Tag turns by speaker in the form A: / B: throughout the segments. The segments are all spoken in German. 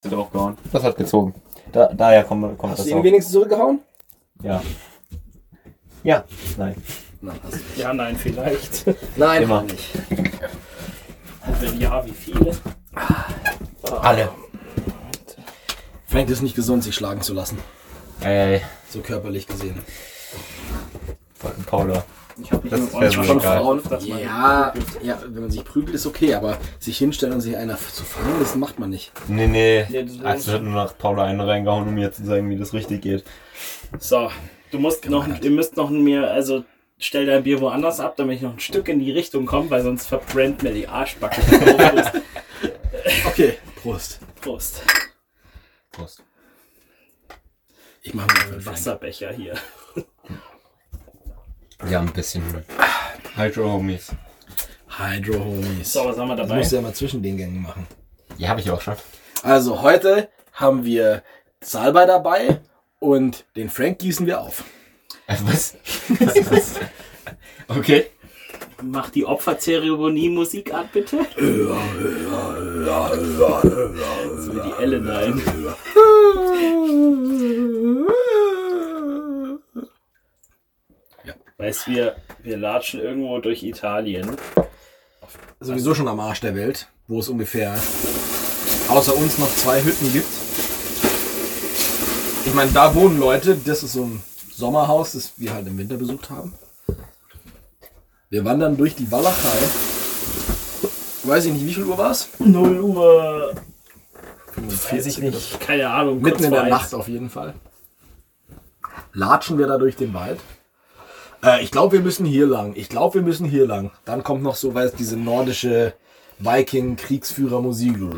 A: sind aufgehauen. Das hat gezogen. Da, daher kommt, kommt
B: Hast
A: das
B: du ihn
A: auch.
B: wenigstens zurückgehauen?
A: Ja. Ja, nein.
C: Nein, hast du nicht.
D: Ja, nein, vielleicht.
C: Nein,
A: Immer.
C: nicht.
D: Und wenn ja, wie viele?
A: Alle.
C: Frank ist nicht gesund, sich schlagen zu lassen.
A: Ey,
C: So körperlich gesehen.
A: wollten Paula.
D: Ich habe nicht
A: Das
D: mit
A: wär so
D: euch schon
A: geil.
D: Frauen, dass man
C: Ja, ja, wenn man sich prügelt, ist okay, aber sich hinstellen und sich einer zu fangen, das macht man nicht.
A: Nee, nee.
D: Nee, das-
A: Axel hat nur nach Paula einen reingehauen, um mir zu sagen, wie das richtig geht.
D: So, du musst noch, ihr müsst noch mir, also stell dein Bier woanders ab, damit ich noch ein Stück in die Richtung komme, weil sonst verbrennt mir die Arschbacke. Prost.
C: Okay, Prost.
D: Prost.
A: Prost.
C: Ich mache mal einen Wasser.
D: Wasserbecher hier.
A: Ja, ein bisschen. Hydro Homies.
C: Hydro Homies.
D: So, was haben wir
C: Das
D: dabei?
C: musst du ja mal zwischen den Gängen machen.
A: Ja, habe ich auch schon.
C: Also heute haben wir Salbei dabei und den Frank gießen wir auf.
A: Äh, was? was ist das? Okay.
D: Mach die Opferzeremonie Musik an, bitte. so wie die Elle nein. Weißt wir, wir latschen irgendwo durch Italien.
C: Sowieso schon am Arsch der Welt, wo es ungefähr außer uns noch zwei Hütten gibt. Ich meine, da wohnen Leute, das ist so ein Sommerhaus, das wir halt im Winter besucht haben. Wir wandern durch die Walachei. Weiß ich nicht, wie viel Uhr war es?
D: 0 Uhr.
C: 45
D: nicht. Keine Ahnung.
C: Mitten
D: kurz
C: in
D: vor
C: der
D: eins.
C: Nacht auf jeden Fall. Latschen wir da durch den Wald. Äh, ich glaube, wir müssen hier lang. Ich glaube, wir müssen hier lang. Dann kommt noch so, weiß diese nordische Viking-Kriegsführer-Musik.
D: Und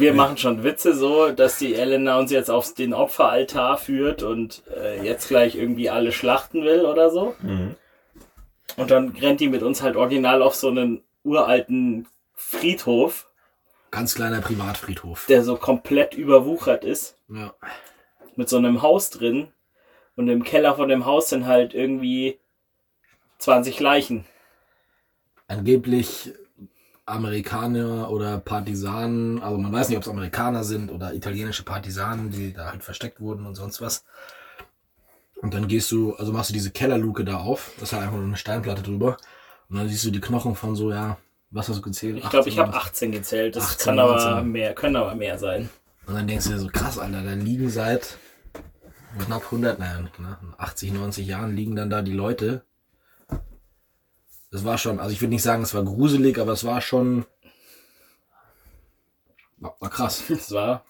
D: wir machen schon Witze so, dass die Elena uns jetzt auf den Opferaltar führt und äh, jetzt gleich irgendwie alle schlachten will oder so. Und dann rennt die mit uns halt original auf so einen uralten Friedhof,
C: Ganz kleiner Privatfriedhof.
D: der so komplett überwuchert ist,
C: Ja.
D: mit so einem Haus drin. Und im Keller von dem Haus sind halt irgendwie 20 Leichen.
C: Angeblich Amerikaner oder Partisanen. Also man weiß nicht, ob es Amerikaner sind oder italienische Partisanen, die da halt versteckt wurden und sonst was. Und dann gehst du, also machst du diese Kellerluke da auf. Das ist halt einfach nur eine Steinplatte drüber. Und dann siehst du die Knochen von so, ja, was hast du gezählt?
D: Ich glaube, ich
C: 18
D: habe 18 gezählt. Das
C: 18,
D: kann aber
C: 19.
D: mehr, können aber mehr sein.
C: Und dann denkst du dir so, krass, Alter, da liegen seit knapp 100, nein, knapp 80, 90 Jahren liegen dann da die Leute. Das war schon, also ich würde nicht sagen, es war gruselig, aber es war schon, war, war krass.
D: Das war.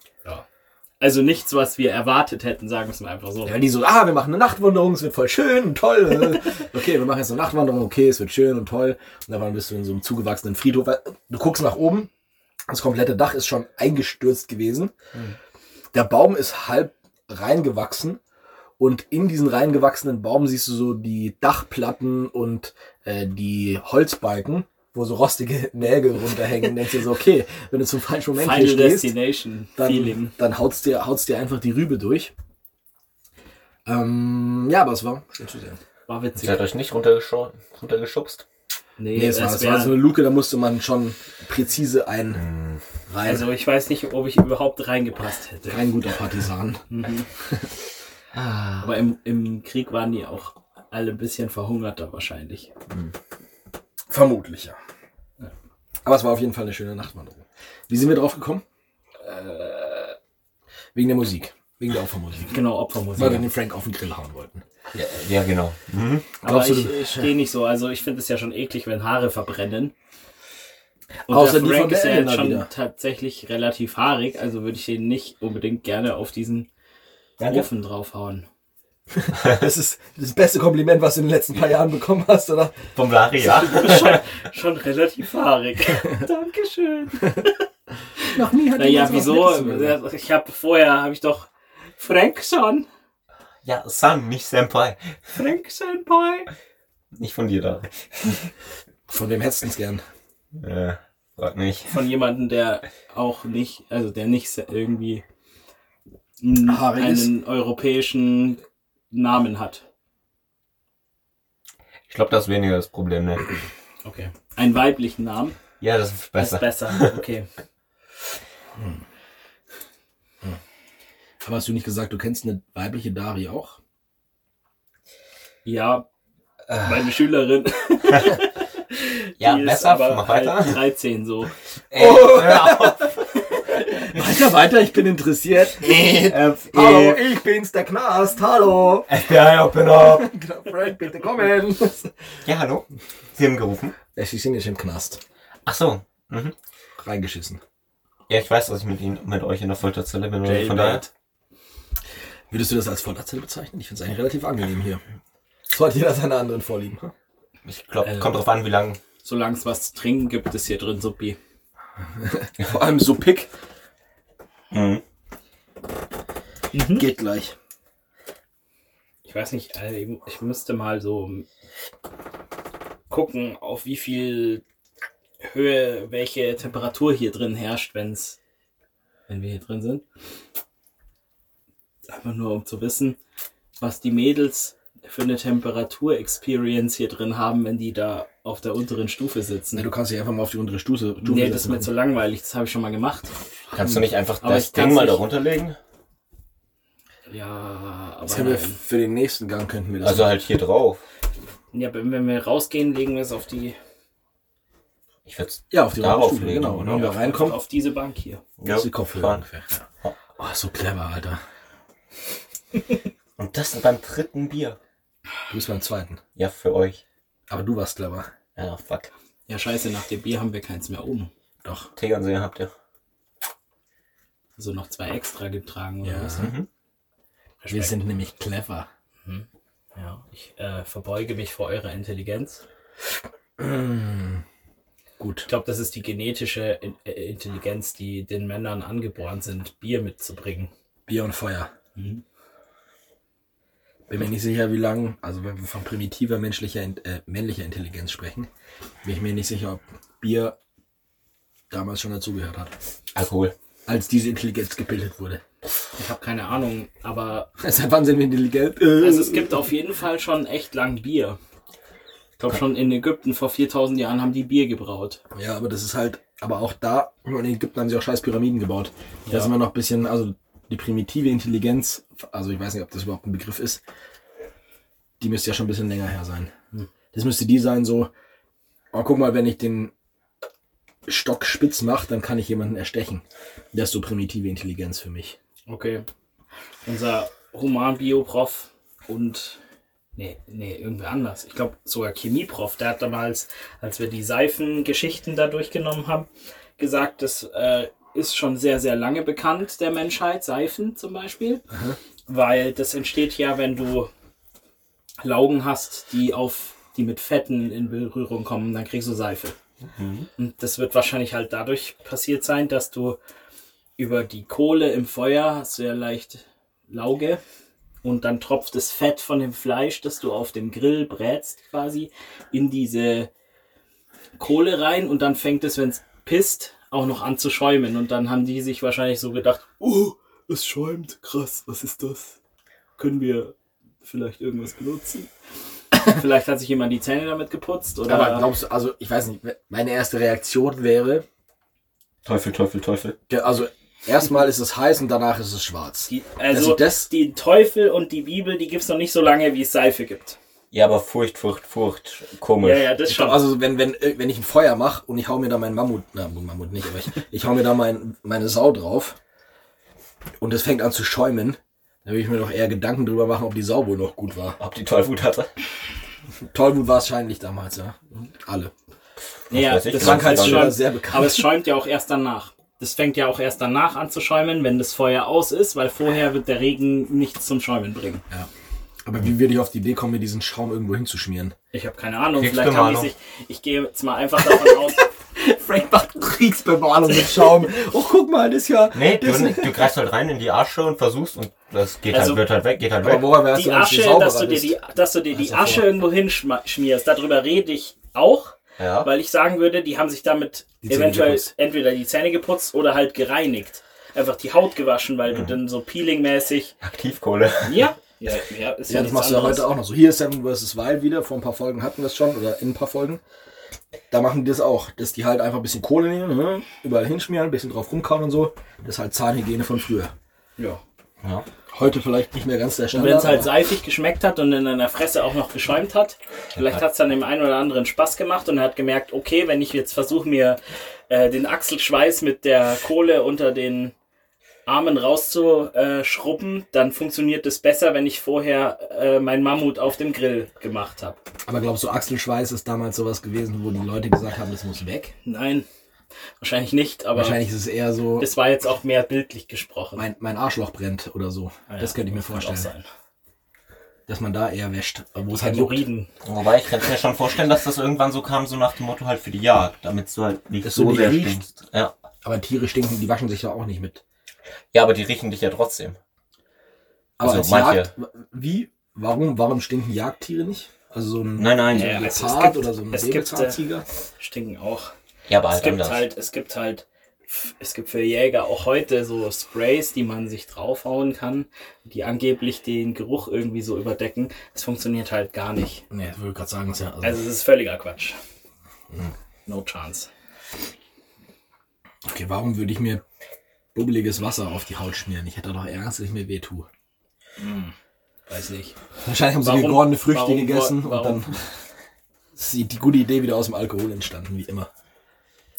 D: Also nichts, was wir erwartet hätten, sagen wir es mal einfach so.
C: Ja, die so, ah, wir machen eine Nachtwanderung, es wird voll schön und toll. okay, wir machen jetzt eine Nachtwanderung, okay, es wird schön und toll. Und dann bist du in so einem zugewachsenen Friedhof. Du guckst nach oben, das komplette Dach ist schon eingestürzt gewesen.
D: Hm.
C: Der Baum ist halb reingewachsen und in diesen reingewachsenen Baum siehst du so die Dachplatten und äh, die Holzbalken, wo so rostige Nägel runterhängen. Und denkst dir so, okay, wenn du zum falschen Moment hier
D: Final
C: stehst,
D: Destination Feeling.
C: dann, dann haut's dir, haut's dir einfach die Rübe durch. Ähm, ja, aber es war schön zu sehen.
D: War
A: Sie
D: witzig.
A: hat euch nicht runtergescho- runtergeschubst?
D: Nee,
C: Nee, es, war,
D: das
C: es war
D: wär,
C: so eine Luke, da musste man schon präzise ein rein.
D: also ich weiß nicht, ob ich überhaupt reingepasst hätte.
C: kein guter Partisan.
D: Mhm.
C: Ah.
D: Aber im, im Krieg waren die auch alle ein bisschen verhungerter wahrscheinlich.
C: Vermutlich, ja. Aber es war auf jeden Fall eine schöne Nachtwanderung. Wie sind wir drauf gekommen? Äh, Wegen der Musik. Wegen der Opfermusik.
D: Genau,
C: Weil wir
D: Opfermusik.
C: den Frank auf den Grill hauen wollten.
A: Ja, ja genau.
D: Aber
C: glaubst du, äh,
D: ich,
C: du-
D: ich stehe nicht so. Also ich finde es ja schon eklig, wenn Haare verbrennen. Und
C: Außer
D: Außer
C: die
D: der Frank
C: von der
D: ist ja jetzt
C: Elena
D: schon
C: wieder.
D: tatsächlich relativ haarig, also würde ich den nicht unbedingt gerne auf diesen
A: Danke.
D: Ofen draufhauen.
C: Das ist das beste Kompliment, was du in den letzten paar Jahren bekommen hast, oder?
A: Vom Laria.
D: schon, schon relativ haarig. Dankeschön.
C: Noch nie hat
D: Naja,
C: jemand so was
D: Äh, wieso? Äh,
C: Nettes gesagt.
D: Ich habe vorher, habe ich doch Frank schon.
A: ja, San, nicht Senpai.
D: Frank Senpai.
A: Nicht von dir da.
C: Von wem hättest du es gern?
A: Äh, frag nicht.
D: Von jemandem, der auch nicht, also der nicht se- irgendwie n-
C: Haarig
D: einen europäischen Namen hat.
A: Ich glaube, das ist weniger das Problem, ne?
D: Okay. Einen weiblichen Namen.
A: Ja, das ist
D: Besser.
A: besser.
D: Ist besser. Okay.
C: Aber hast du nicht gesagt, du kennst eine weibliche Dari auch?
D: Ja, meine Schülerin.
A: Ah. Ja,
D: die ist
A: besser,
D: aber
A: mach weiter.
D: Halt Oh! 13 so.
A: Ey, hör auf.
C: Weiter, weiter, ich bin interessiert.
D: Äh,
A: F,
C: Hallo,
A: E.
C: ich bin's, der Knast. Hallo.
A: FBI, open up.
C: Frank, bitte kommen.
A: Ja, hallo. Sie haben gerufen.
C: Ich bin nicht im Knast.
A: Ach so. Mhm.
C: Reingeschissen.
A: Ja, ich weiß, dass ich mit Ihnen, mit euch in der Folterzelle bin. oder Von daher.
D: Jailbird.
C: Würdest du das als Vollerzelle bezeichnen? Ich find's eigentlich relativ angenehm hier. Sollte jeder seine anderen vorlieben. hm?
A: Ich glaube,
D: Äh.
A: kommt drauf an, wie lange.
D: Solange es was zu trinken gibt, ist hier drin Suppi.
C: Vor allem so pick.
A: Mhm.
D: Mhm.
C: Geht gleich.
D: Ich weiß nicht, äh, ich ich müsste mal so gucken, auf wie viel Höhe, welche Temperatur hier drin herrscht, wenn's, wenn wir hier drin sind. Einfach nur um zu wissen, was die Mädels für eine Temperatur-Experience hier drin haben, wenn die da auf der unteren Stufe sitzen.
C: Ne, du kannst dich einfach mal auf die untere Stufe. Stufe
D: nee, das ist mir
C: setzen.
D: zu langweilig, das habe ich schon mal gemacht.
A: Kannst du nicht einfach
D: Aber
A: das
D: ich kann's
A: Ding mal
D: nicht.
A: da runterlegen?
D: Ja, aber.
C: Das können wir
D: nein.
C: für den nächsten Gang könnten wir das.
A: Also halt hier drauf.
D: Ja, wenn wenn wir rausgehen, legen wir es auf die
A: Ich würde
C: ja, auf die
A: halt darauf
C: Stufe,
A: legen,
C: genau. Und wenn
A: ja.
C: wir reinkommen,
D: auf diese Bank hier.
C: ist die Kopfhörer ungefähr.
A: Ja.
C: Ja. Oh, so clever, Alter.
A: Und das beim dritten Bier.
C: Du bist beim zweiten.
A: Ja, für euch.
C: Aber du warst clever.
A: Ja, fuck.
D: Ja, scheiße, nach dem Bier haben wir keins mehr oben.
C: Doch.
A: Tegernsee habt ihr.
D: Also noch zwei extra getragen oder
C: Ja.
D: was? ne?
A: Mhm.
C: Wir sind nämlich clever.
D: Ja, ich äh, verbeuge mich vor eurer Intelligenz. Ich
C: Gut.
D: glaube, das ist die genetische In äh, Intelligenz, die den Männern angeboren sind, Bier mitzubringen.
C: Bier und Feuer.
D: Mhm.
C: Bin mir nicht sicher, wie lang, also wenn wir von primitiver menschlicher, In- äh, männlicher Intelligenz sprechen, bin ich mir nicht sicher, ob Bier damals schon dazugehört hat,
A: Alkohol.
C: als diese Intelligenz gebildet wurde.
D: Ich habe keine Ahnung, aber
C: Seit wann sind wir intelligent?
D: also es gibt auf jeden Fall schon echt lang Bier. Ich glaube, schon in Ägypten vor 4000 Jahren haben die Bier gebraut.
C: Ja, aber das ist halt, aber auch da, in Ägypten haben sie auch scheiß Pyramiden gebaut. Da
D: Ja.
C: sind wir noch ein bisschen, also die primitive Intelligenz, also ich weiß nicht, ob das überhaupt ein Begriff ist, die müsste ja schon ein bisschen länger her sein. Das müsste die sein, so, oh guck mal, wenn ich den Stock spitz mache, dann kann ich jemanden erstechen. Das ist so primitive Intelligenz für mich.
D: Okay. Unser Human-Bio-Prof und. Nee, nee, irgendwer anders. Ich glaube sogar Chemie-Prof, der hat damals, als wir die Seifengeschichten da durchgenommen haben, gesagt, das äh, ist schon sehr, sehr lange bekannt der Menschheit, Seifen zum Beispiel. Weil das entsteht ja, wenn du Laugen hast, die auf die mit Fetten in Berührung kommen, dann kriegst du Seife. Und das wird wahrscheinlich halt dadurch passiert sein, dass du über die Kohle im Feuer hast du ja leicht Lauge und dann tropft das Fett von dem Fleisch, das du auf dem Grill brätst, quasi in diese Kohle rein und dann fängt es, wenn es pisst, auch noch an zu schäumen. Und dann haben die sich wahrscheinlich so gedacht, oh, es schäumt, krass, was ist das? Können wir vielleicht irgendwas benutzen? vielleicht hat sich jemand die Zähne damit geputzt oder
C: Aber glaubst du, also ich weiß nicht, meine erste Reaktion wäre,
A: Teufel, Teufel, Teufel.
C: ja, also erstmal ist es heiß und danach ist es schwarz.
D: die,
C: Also
D: also
C: das-
D: die Teufel und die Bibel, die gibt es noch nicht so lange, wie es Seife gibt.
A: Ja, aber Furcht, Furcht, Furcht. Komisch.
D: Ja, ja, das
C: Ich
D: schon.
C: glaub, also wenn, wenn, äh, wenn ich ein Feuer mache und ich hau mir da meinen Mammut, na Mammut nicht, aber ich, ich hau mir da mein, meine Sau drauf und es fängt an zu schäumen, dann würde ich mir doch eher Gedanken drüber machen, ob die Sau wohl noch gut war.
A: Ob die Tollwut hatte?
C: Tollwut war es scheinlich damals, ja. Alle.
D: ja,
A: weiß ich,
D: das
C: Krankheitsschüler
D: schäumt-
C: sehr bekannt.
D: Aber es schäumt ja auch erst danach. Das fängt ja auch erst danach an zu schäumen, wenn das Feuer aus ist, weil vorher wird der Regen nichts zum Schäumen bringen.
C: Aber wie würde ich auf die Idee kommen, mir diesen Schaum irgendwo hinzuschmieren?
D: Ich habe keine Ahnung.
A: Kriegst
D: Vielleicht
A: du
D: haben die
A: Mahnung.
D: sich. Ich gehe jetzt mal einfach davon aus.
C: Frank macht Kriegsbemalung mit Schaum. Oh, guck mal, das ist ja...
A: Nee, du, du greifst halt rein in die Asche und versuchst und das geht
D: Also-
A: halt, wird halt weg, geht halt
C: Aber
A: weg.
C: woher wärst
D: Die
C: du, wenn es
D: Asche,
C: sauberer
D: dass du dir
C: ist?
D: die, dass du dir die
C: ja
D: Asche
C: vor.
D: irgendwo hinschmierst. Darüber rede ich auch,
A: Ja.
D: weil ich sagen würde, die haben sich damit
C: Die Zähne
D: eventuell
C: geputzt.
D: entweder die Zähne geputzt oder halt gereinigt. Einfach die Haut gewaschen, weil du dann so peelingmäßig
A: Aktivkohle.
D: Ja, ja, ja, ist
C: Ja, das
D: nichts
C: machst du ja
D: anderes.
C: heute auch noch so. Hier ist Seven vs. Wild wieder. Vor ein paar Folgen hatten wir es schon oder in ein paar Folgen. Da machen die das auch, dass die halt einfach ein bisschen Kohle nehmen, ne? überall hinschmieren, ein bisschen drauf rumkauen und so. Das ist halt Zahnhygiene von früher.
D: Ja.
C: Ja. Heute vielleicht nicht mehr ganz der
D: Und
C: Standard.
D: wenn es halt
C: aber-
D: seifig geschmeckt hat und in deiner Fresse auch noch geschäumt hat, vielleicht hat es dann dem einen oder anderen Spaß gemacht und er hat gemerkt, okay, wenn ich jetzt versuche, mir äh, den Achselschweiß mit der Kohle unter den Armen rauszuschrubben, dann funktioniert es besser, wenn ich vorher äh, mein Mammut auf dem Grill gemacht habe.
C: Aber glaubst du, Achselschweiß ist damals sowas gewesen, wo die Leute gesagt haben, das muss weg?
D: Nein, wahrscheinlich nicht, aber
C: Wahrscheinlich ist es eher so,
D: das war jetzt auch mehr bildlich gesprochen. Ah
C: mein, mein Arschloch brennt oder so.
D: Ja,
C: das könnte ich mir
D: kann auch
C: vorstellen. Dass man da eher wäscht. Wo es halt juckt.
D: Hämorrhoiden.
A: Wobei, ich könnte mir schon vorstellen, dass das irgendwann so kam, so nach dem Motto halt für die Jagd, damit du halt nicht
C: Dass
A: so
C: du nicht
A: sehr
C: riechst.
A: stinkst. Ja.
C: Aber Tiere stinken, die waschen sich da auch nicht mit.
A: ja, aber die riechen dich ja trotzdem.
C: Aber
A: Also
C: als
A: manche.
C: Jagd, wie? Warum, warum stinken Jagdtiere nicht? Also so ein
A: Nein, nein.
D: Ja.
A: Ja,
D: es- es
C: Leopard
D: gibt-
C: oder so ein
D: es gibt, äh,
C: Säbelzahntiger?
D: Stinken auch.
A: aber
D: es
A: halt
D: gibt
A: anders.
D: halt, es gibt halt, es gibt für Jäger auch heute so Sprays, die man sich draufhauen kann, die angeblich den Geruch irgendwie so überdecken. Das funktioniert halt gar nicht.
C: Nee, ich würde gerade sagen, das ist ja. Also, Hm.
D: Also es ist völliger Quatsch. No chance.
C: okay, warum würde ich mir bubbeliges Wasser auf die Haut schmieren? Ich hätte doch eher Angst, dass ich mir weh tue.
D: Weiß nicht.
C: Wahrscheinlich haben sie
D: Warum-
C: gegorene Früchte
D: warum-
C: gegessen
D: warum-
C: und dann ist die die gute Idee wieder aus dem Alkohol entstanden, wie immer.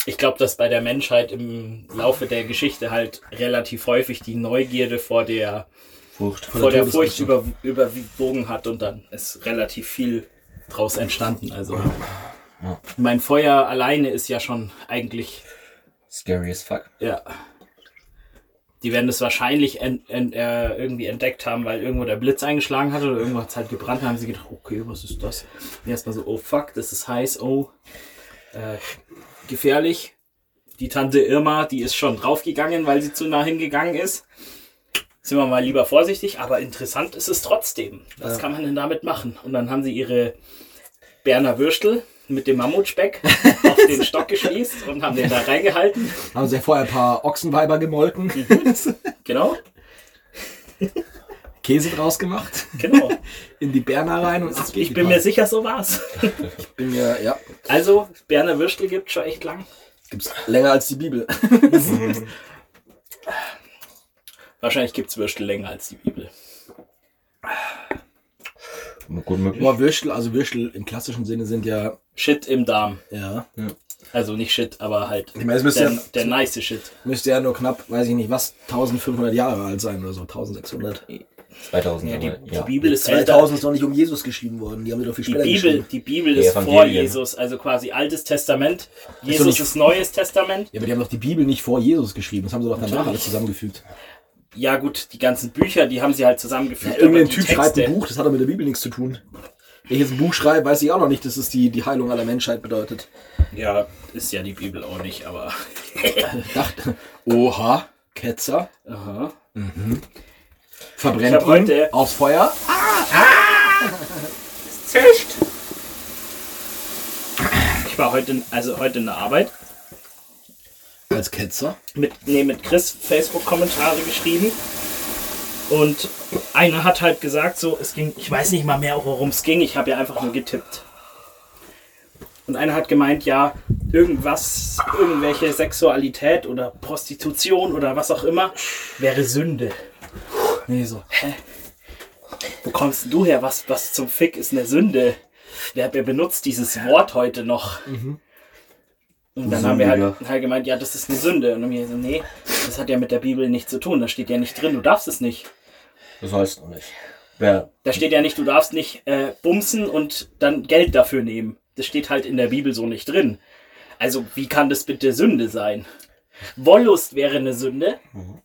D: Ich glaube, dass bei der Menschheit im Laufe der Geschichte halt relativ häufig die Neugierde vor der,
A: Furcht.
D: vor der Furcht
C: Todesangst.
D: über, überwogen hat und dann ist relativ viel draus entstanden. Also mein Feuer alleine ist ja schon eigentlich
A: Scary as fuck.
D: Ja. Die werden es wahrscheinlich en, en, äh, irgendwie entdeckt haben, weil irgendwo der Blitz eingeschlagen hat oder irgendwo hat es halt gebrannt. Dann haben sie gedacht, okay, was ist das? Und erstmal so, oh fuck, das ist heiß, oh, äh, gefährlich. Die Tante Irma, die ist schon draufgegangen, weil sie zu nah hingegangen ist. Sind wir mal lieber vorsichtig, aber interessant ist es trotzdem. Was
C: Ja.
D: kann man denn damit machen? Und dann haben sie ihre Berner Würstel mit dem Mammutspeck auf den Stock geschießt und haben den da reingehalten.
C: Haben sie ja vorher ein paar Ochsenweiber gemolken,
D: Genau,
C: Käse draus gemacht,
D: genau.
C: in die Berner rein und ab geht
D: Ich
C: die
D: bin mir
C: Party.
D: sicher, so war's.
C: Ich bin mir, ja,
D: Also, Berner Würstel gibt schon echt lang.
C: gibt's länger als die Bibel.
D: Wahrscheinlich gibt's Würstel länger als die Bibel.
A: Gut möglich.
C: Boah, Würstel, also Würstel im klassischen Sinne sind ja,
D: Shit im Darm.
C: ja,
D: Also nicht Shit, aber halt
C: Ich meine, es müsste
D: der,
C: ja-
D: der nice Shit.
C: müsste ja nur knapp, weiß ich nicht was, 1500 Jahre alt sein oder so, 1600.
A: 2000.
D: Ja, die,
A: aber,
D: die
A: ja.
D: Bibel ist älter.
C: 2000 ist noch nicht um Jesus geschrieben worden, die haben sie doch viel
D: Die
C: später
D: Bibel,
C: geschrieben.
D: die Bibel
A: Die
D: ist vor
A: Evangelien.
D: Jesus, also quasi Altes Testament.
C: doch
D: Jesus
C: nicht-
D: ist Neues Testament.
C: Ja, aber die haben doch die Bibel nicht vor Jesus geschrieben, das haben sie doch danach
D: Natürlich.
C: alles zusammengefügt.
D: Ja gut, die ganzen Bücher, die haben sie halt zusammengefügt.
C: Irgendein
D: aber die
C: Typ schreibt ein Buch, das hat aber mit der Bibel nichts zu tun. Wenn ich jetzt ein Buch schreibe, weiß ich auch noch nicht, dass es die, die Heilung aller Menschheit bedeutet.
D: Ja, ist ja die Bibel auch nicht, aber...
C: Dachte, oha, Ketzer, Mhm.
D: Aha. Ich
C: verbrennt
D: hab
C: ihn
D: heute-
C: aufs Feuer.
D: Ich war heute, also heute in der Arbeit.
C: Als Ketzer.
D: mit, nee, mit Chris Facebook-Kommentare geschrieben. Und einer hat halt gesagt, so, es ging, ich weiß nicht mal mehr, worum es ging, ich habe ja einfach nur getippt. Und einer hat gemeint, ja, irgendwas, irgendwelche Sexualität oder Prostitution oder was auch immer, wäre Sünde. Nee, so, hä? Wo kommst denn du her? Was, was zum Fick ist eine Sünde? Wer, wer benutzt dieses Wort heute noch? Und dann haben wir halt,
A: Sündiger.
D: halt gemeint, ja, das ist eine Sünde. Und dann haben wir so, nee, das hat ja mit der Bibel nichts zu tun. Da steht ja nicht drin, du darfst es nicht.
A: Du sollst noch nicht. Wer
D: Da steht ja nicht, du darfst nicht äh, bumsen und dann Geld dafür nehmen. Das steht halt in der Bibel so nicht drin. Also, wie kann das bitte Sünde sein? Wollust wäre eine Sünde.
C: Mhm.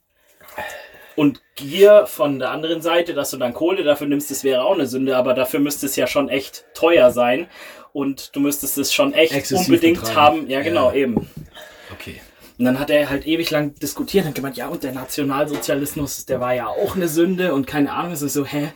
D: Und Gier von der anderen Seite, dass du dann Kohle dafür nimmst, das wäre auch eine Sünde, aber dafür müsste es ja schon echt teuer sein. Und du müsstest es schon echt
C: Exzessiv
D: unbedingt
C: betreiben.
D: haben. Ja, genau,
C: Ja.
D: eben.
C: Okay.
D: Und dann hat er halt ewig lang diskutiert und gemeint, ja, und der Nationalsozialismus, der war ja auch eine Sünde und keine Ahnung. Es ist so, hä?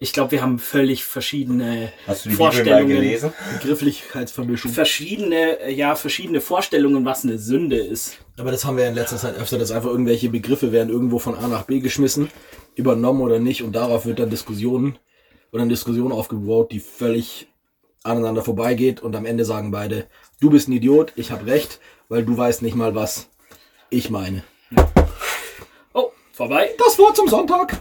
D: Ich glaube, wir haben völlig verschiedene
A: Hast du die Bibel mal
D: Vorstellungen.
A: gelesen?
C: Begrifflichkeitsvermischung.
D: Verschiedene, äh, ja, verschiedene Vorstellungen, was eine Sünde ist.
C: Aber das haben wir in letzter Zeit öfter, dass einfach irgendwelche Begriffe werden irgendwo von A nach B geschmissen, übernommen oder nicht und darauf wird dann Diskussionen oder eine Diskussion aufgebaut, die völlig aneinander vorbeigeht und am Ende sagen beide, du bist ein Idiot, ich habe recht, weil du weißt nicht mal, was ich meine.
D: Oh, vorbei.
C: Das Wort zum Sonntag.